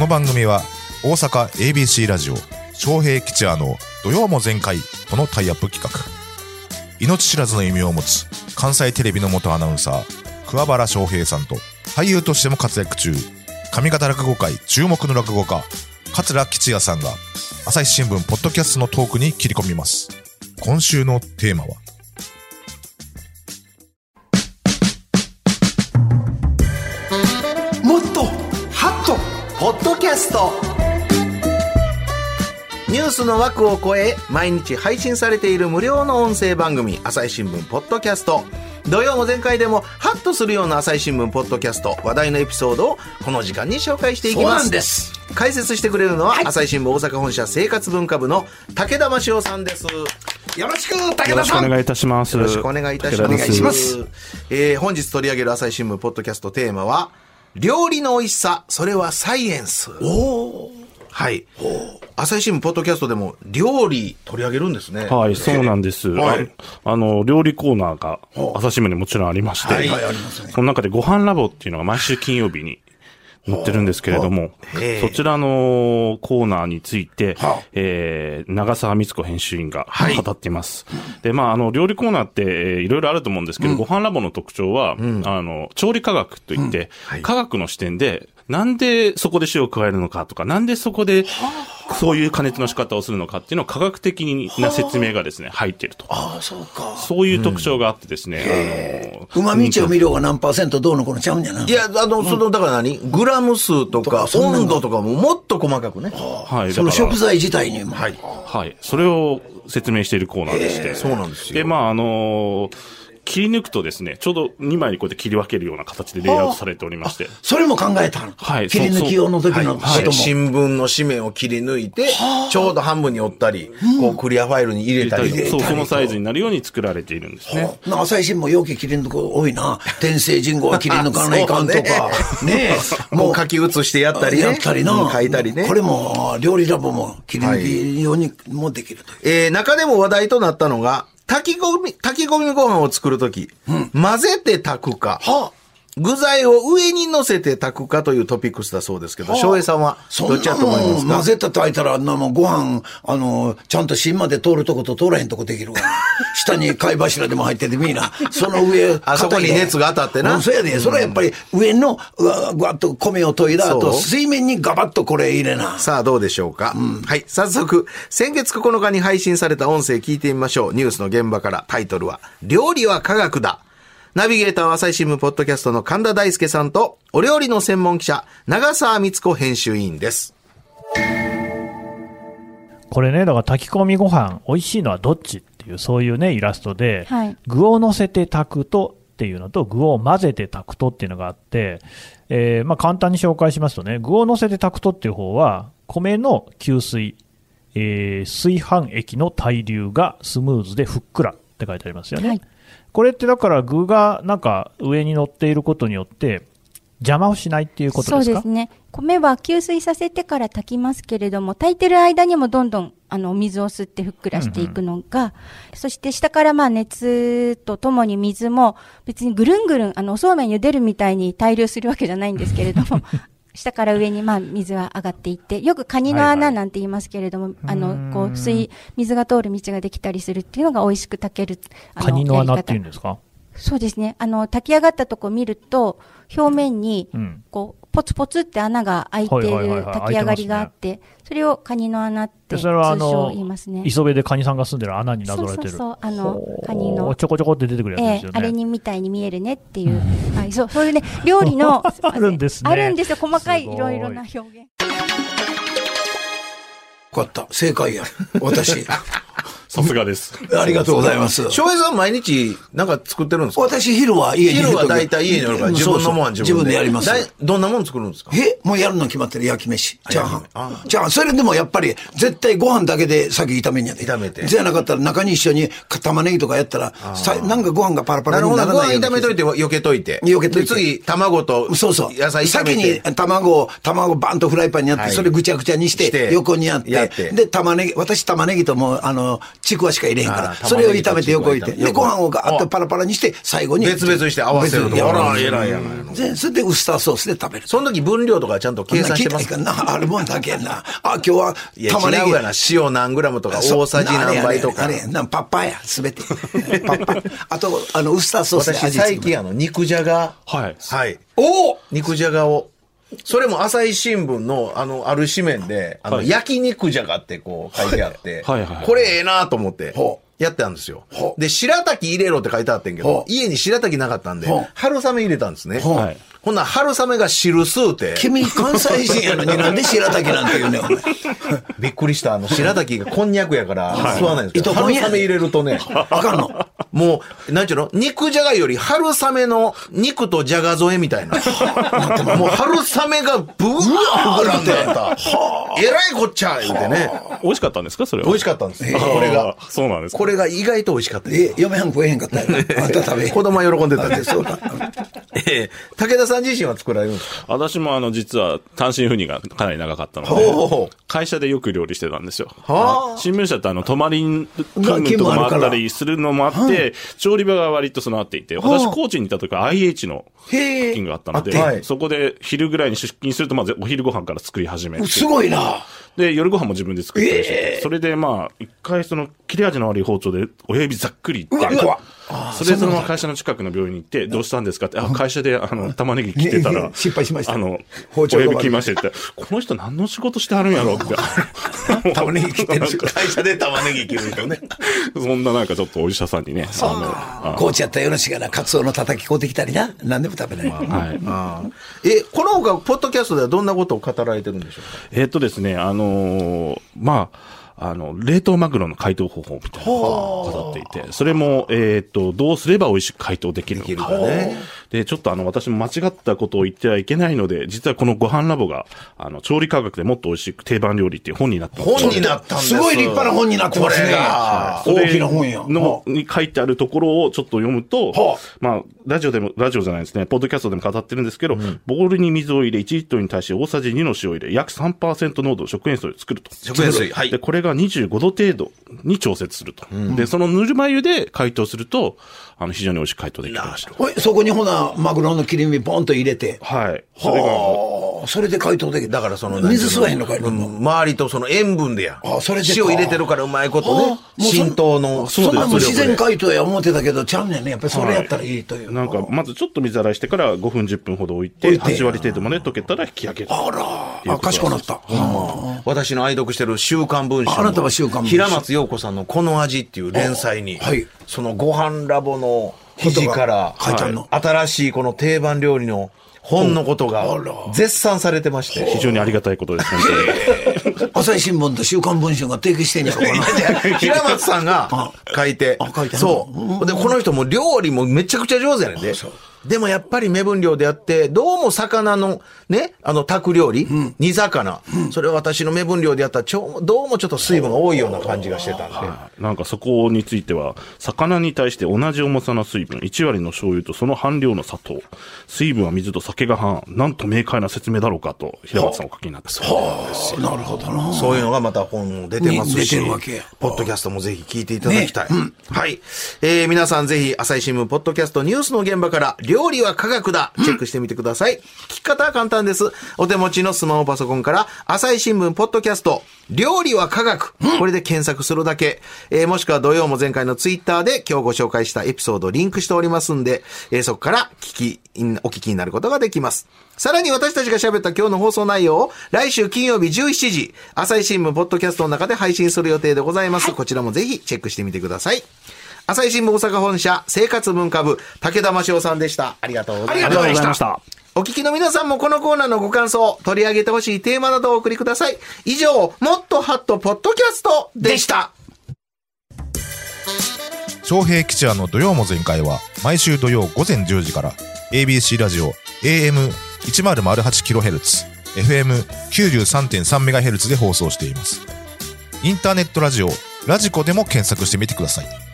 の番組は大阪 ABC ラジオ昌平吉也の土曜も全開とのタイアップ企画命知らずの意味を持つ関西テレビの元アナウンサー桑原翔平さんと俳優としても活躍中上方落語界注目の落語家桂吉也さんが朝日新聞ポッドキャストのトークに切り込みます今週のテーマはもっとハッとポッドキャストニュースの枠を超え毎日配信されている無料の音声番組朝日新聞ポッドキャスト土曜も全開でもハッとするような朝日新聞ポッドキャスト話題のエピソードをこの時間に紹介していきますそうなんです解説してくれるのは、朝日新聞大阪本社生活文化部の武田真夫さんですよろしく武よ田ろしさくおん願いいたします。よろしくお願いいたします。武田ですお願いしまえー本日取り上げる朝日新聞ポッドキャストテーマは、料理の美味しさ、それはサイエンス。はい。朝日新聞ポッドキャストでも料理取り上げるんですね。はい、そうなんです。はいああの、料理コーナーが、朝日新聞にもちろんありまして、はいはいありますねその中でご飯ラボっていうのが毎週金曜日に載ってるんですけれどもへえ、そちらのコーナーについてはあ、えー、長澤光子編集員がはい語っています。で、まあ、あの、料理コーナーって、えーいろいろあると思うんですけど、ご飯ラボの特徴は、あの、調理科学といって、科学の視点で、なんでそこで塩を加えるのかとか、なんでそこで、そういう加熱の仕方をするのかっていうのを科学的な説明がですね、入っていると。ああそうかそういう特徴があってですね、うまみ調味料が何パーセントどうのこうのちゃうんじゃないいや、あの、その、だから何グラム数とか、そんなの温度とかももっと細かくね。はい、そだのから食材自体にも、はい。はい、それを説明しているコーナーでして。そうなんですよで、まあ、あのー切り抜くとですね、ちょうど2枚にこうやって切り分けるような形でレイアウトされておりまして。それも考えたの、はい切り抜き用の時のこはいとも、新聞の紙面を切り抜いて、ちょうど半分に折ったり、こうクリアファイルに入れたり。そう、そのサイズになるように作られているんですね。な朝日新聞容器切り抜く多いな天聖人号は切り抜かないかんとか そうねえ もう書き写してやったりね。やったりな、うん書いたりね。これも料理ラボも切り抜き用にもできるという、えー中でも話題となったのが、炊き込み、炊き込みご飯を作るとき、混ぜて炊くか、は具材を上に乗せて炊くかというトピックスだそうですけど、翔平さんはそんどっちだと思いますなもん混かぜた炊いたら、あんなもんご飯、あの、ちゃんと芯まで通るとこと通らへんとこできる から。下に貝柱でも入っててみんな、その上、あそこに硬いで熱が当たってなうんそうやで、それはやっぱり上の、うわぐわっと米を研いだ後、そう水面にガバッとこれ入れな。さあどうでしょうか、はい。早速、先月9日に配信された音声聞いてみましょう。ニュースの現場からタイトルは、料理は科学だ。ナビゲーターは朝日新聞ポッドキャストの神田大輔さんと、お料理の専門記者、長澤光子編集委員です。これね、だから炊き込みご飯、美味しいのはどっちっていう、そういうね、イラストで、はい具を乗せて炊くとっていうのと、具を混ぜて炊くとっていうのがあって、えーまあ簡単に紹介しますとね、具を乗せて炊くとっていう方は、米の吸水、えー炊飯液の対流がスムーズでふっくらって書いてありますよね。はいこれってだから具がなんか上に乗っていることによって、邪魔をしないっていうことそうですでかすね。米は吸水させてから炊きますけれども、炊いてる間にもどんどん、あの、お水を吸ってふっくらしていくのが、そして下からまあ熱とともに水も、別にぐるんぐるん、あの、おそうめん茹でるみたいに大量するわけじゃないんですけれど も、下から上にまあ水は上がっていって、よくカニのはいは穴いなんて言いますけれども、あうーの、んこう、水、水が通る道ができたりするっていうのが美味しく炊ける、あカニの穴っていうんやりですか方そうですね。あの、炊き上がったとこ見ると、表面に、うん。こう、ポツポツって穴が開いているはいはいはいはい炊き上がりがあって、それをカニの穴ってで通それはあ称の、言いますね。磯辺でカニさんが住んでる穴になぞらえてる。そうそうそうあのほうカニのちょこちょこって出てくるやつえでえすよね。あれにみたいに見えるねっ ていう。はい、そう、そういうね、料理の、すいませあるんですねあるんですよ、細かいすごいいろいろな表現。よかった。正解や。私。 さすがです。ありがとうございます。翔平さん毎日なんか作ってるんですか私、昼は家にいる昼時は大体家におるから、うん自分のもんは自そうそう自分分で。でやります。だいどんなもん作るんですかえもうやるの決まってる焼き飯。チャーハあン。チャーハン。それでもやっぱり、絶対ご飯だけで先炒めんやで。炒めてじゃなかったら中に一緒に玉ねぎとかやったら、さなんかご飯がパラパなラるにほなど。らごない飯ような炒めといて、避けといて。避けといてで次、卵と、そうそう。野菜炒め先てに。卵を、卵をバンとフライパンにやって、はいそれぐちゃぐちゃにししてて、横にやっやってて、で、玉ねぎ、私玉ねぎともう、あの、ちくわしか入れへんかあら、ー玉ねぎとそれを炒めて横置いて、ちくわ炒めで、ご飯をガーッとパラパラにして、最後に。別々にして合わせると別々にあら偉いやないのでそれでウスターソースで食べる。その時分量とかちゃんと計算してますあんな聞いたらいかんな。あるもんだけやな。あ、今日はいや、玉ね違ぎうがな。塩何グラムとか、そう大さじ何倍とかあれ。やあれやなんパッパや、すべて。パッ パ。あと、あの、ウスターソースで私、味付最け。近あの、肉じゃが。はい。はい。おお肉じゃがを。それも朝日新聞の、あの、ある紙面で、あの、はい焼肉じゃがってこう書いてあって、はいはいはいこれええなと思ってほ、やってたんですよほ。うで、白滝入れろって書いてあってんけどほ、う家に白滝なかったんでほう、春雨入れたんですね。ほうはいほんなら春雨が汁吸うて、君、関西人やのになんで白滝なんて言うねん、お前。びっくりした、あの、白滝がこんにゃくやから、吸わないんですけ糸ど、こん春や雨入れると ね、あかんの。もう、なんちゅうの肉じゃがより春雨の肉とじゃが添えみ たいな。もう春雨がブワー膨らんであった。えらいこっちゃ言うてね。美味しかったんですかそれは。美味しかかったんですよ。これ が。。そうなんですかこれが意外と美味しかったです。え、嫁はん食えへんかったやろ。あんた食べへん。子供は喜んでたんであす。そうか。 ええ武田さん自身は作られるんですか私もあの、実は単身赴任がかなり長かったのほうほうでほ、会社でよく料理してたんですよ。はあ新聞社ってあの、泊まりがに、勤務とかも勤務あるかあらったりするのもあって、調理場が割と備わっていて、私、高知にいた時は IH のへえ。勤があったのあってで、そこで昼ぐらいに出勤すると、まずお昼ご飯から作り始めて。すごいな。で、夜ご飯も自分で作ったりしてて、それでまあ、一回その切れ味の悪い包丁で親指ざっくりいって、うわそれでそのまま会社の近くの病院に行って、どうしたんですかって、あ、会社であの、玉ねぎ切ってたねらね、失敗しましたあの、包包丁が丁親悪い指切りましたって、この人何の仕事してはるんやろうって。玉ねぎ切ってるし。会社で玉ねぎ切る人 ね。 そんななんかちょっとお医者さんにね、あ高知やったらよろしいがな。カツオのたたき買うてきたりな。何でも食べない。の、はい。え、この他、ポッドキャストではどんなことを語られてるんでしょうえっとですね、あのーまあ、あの、冷凍マグロの解凍方法みたいなのを語っていて、それも、えっ、と、どうすれば美味しく解凍できるのか。で、ちょっとあの、私も間違ったことを言ってはいけないので、実はこのご飯ラボが、あの、調理科学でもっと美味しく定番料理っていう本になってかます。本になったんですすごい立派な本になってますねこれが。それ大きな本や。の、に書いてあるところをちょっと読むと、はあまあ、ラジオでも、ラジオじゃないですね、ポッドキャストでも語ってるんですけど、ボウルに水を入れ、1リットルに対して大さじ2の塩を入れ、約3%濃度を食塩水を作ると。食塩水はいで、これが25度程度に調節すると。で、そのぬるま湯で解凍すると、あの、非常に美味しく解凍できました。ほいそこにほな、マグロの切り身ポンと入れて。はい。それが、はあ、それで解凍できる。だからその、水吸わへんのかい、う周りとその塩分でや。あそれでか塩入れてるからうまいことはねあ。もうそん浸透の。そんなんもう圧自力で然解凍や思ってたけど、ちゃうねんね。やっぱりそれやったらいいという。なんか、まずちょっと水洗いしてから5分10分ほど置い置いて、て8割程度まで溶けたら引き上げる。あら、あ、賢くなった。は私の愛読してる週刊文春。あなたは週刊文春平松洋子さんのこの味っていう連載に、あはいそのご飯ラボの記事から、ことが書いてあるのはい新しいこの定番料理の本のことがあら絶賛されてまして。非常にありがたいことです、本 当に。あ朝日新聞と週刊文春が提携してんやろうかな。 平松さんが書いてあ書いてある、のそう。で、この人も料理もめちゃくちゃ上手やねんで。でもやっぱり目分量であって、どうも魚のね、あの、炊く料理、煮魚、それは私の目分量であったら、ちょうどうもちょっと水分が多いような感じがしてたんで。なんかそこについては、魚に対して同じ重さの水分、1割の醤油とその半量の砂糖、水分は水と酒が半、なんと明快な説明だろうかと、平松さんお書きになってはあ、なるほどな。そういうのがまた本も出てますし、ね出てるわけやポッドキャストもぜひ聞いていただきたい。はい。えー皆さんぜひ、朝日新聞ポッドキャストニュースの現場から、料理は科学だチェックしてみてください。聞き方は簡単です。お手持ちのスマホパソコンから、朝日新聞ポッドキャスト、料理は科学、これで検索するだけ、えーもしくは土曜も前回のツイッターで今日ご紹介したエピソードをリンクしておりますんで、えーそこから聞き、お聞きになることができます。さらに私たちが喋った今日の放送内容を来週金曜日17時、朝日新聞ポッドキャストの中で配信する予定でございます。こちらもぜひチェックしてみてください。朝日新聞大阪本社生活文化部、武田真夫さんでした。ありがとうございました。した。お聞きの皆さんもこのコーナーのご感想、取り上げてほしいテーマなどをお送りください。以上、もっとハットポッドキャストでした。昌平吉弥の土曜も全開は毎週土曜午前10時から ABC ラジオ AM1008kHz、FM93.3MHz で放送しています。インターネットラジオ、ラジコでも検索してみてください。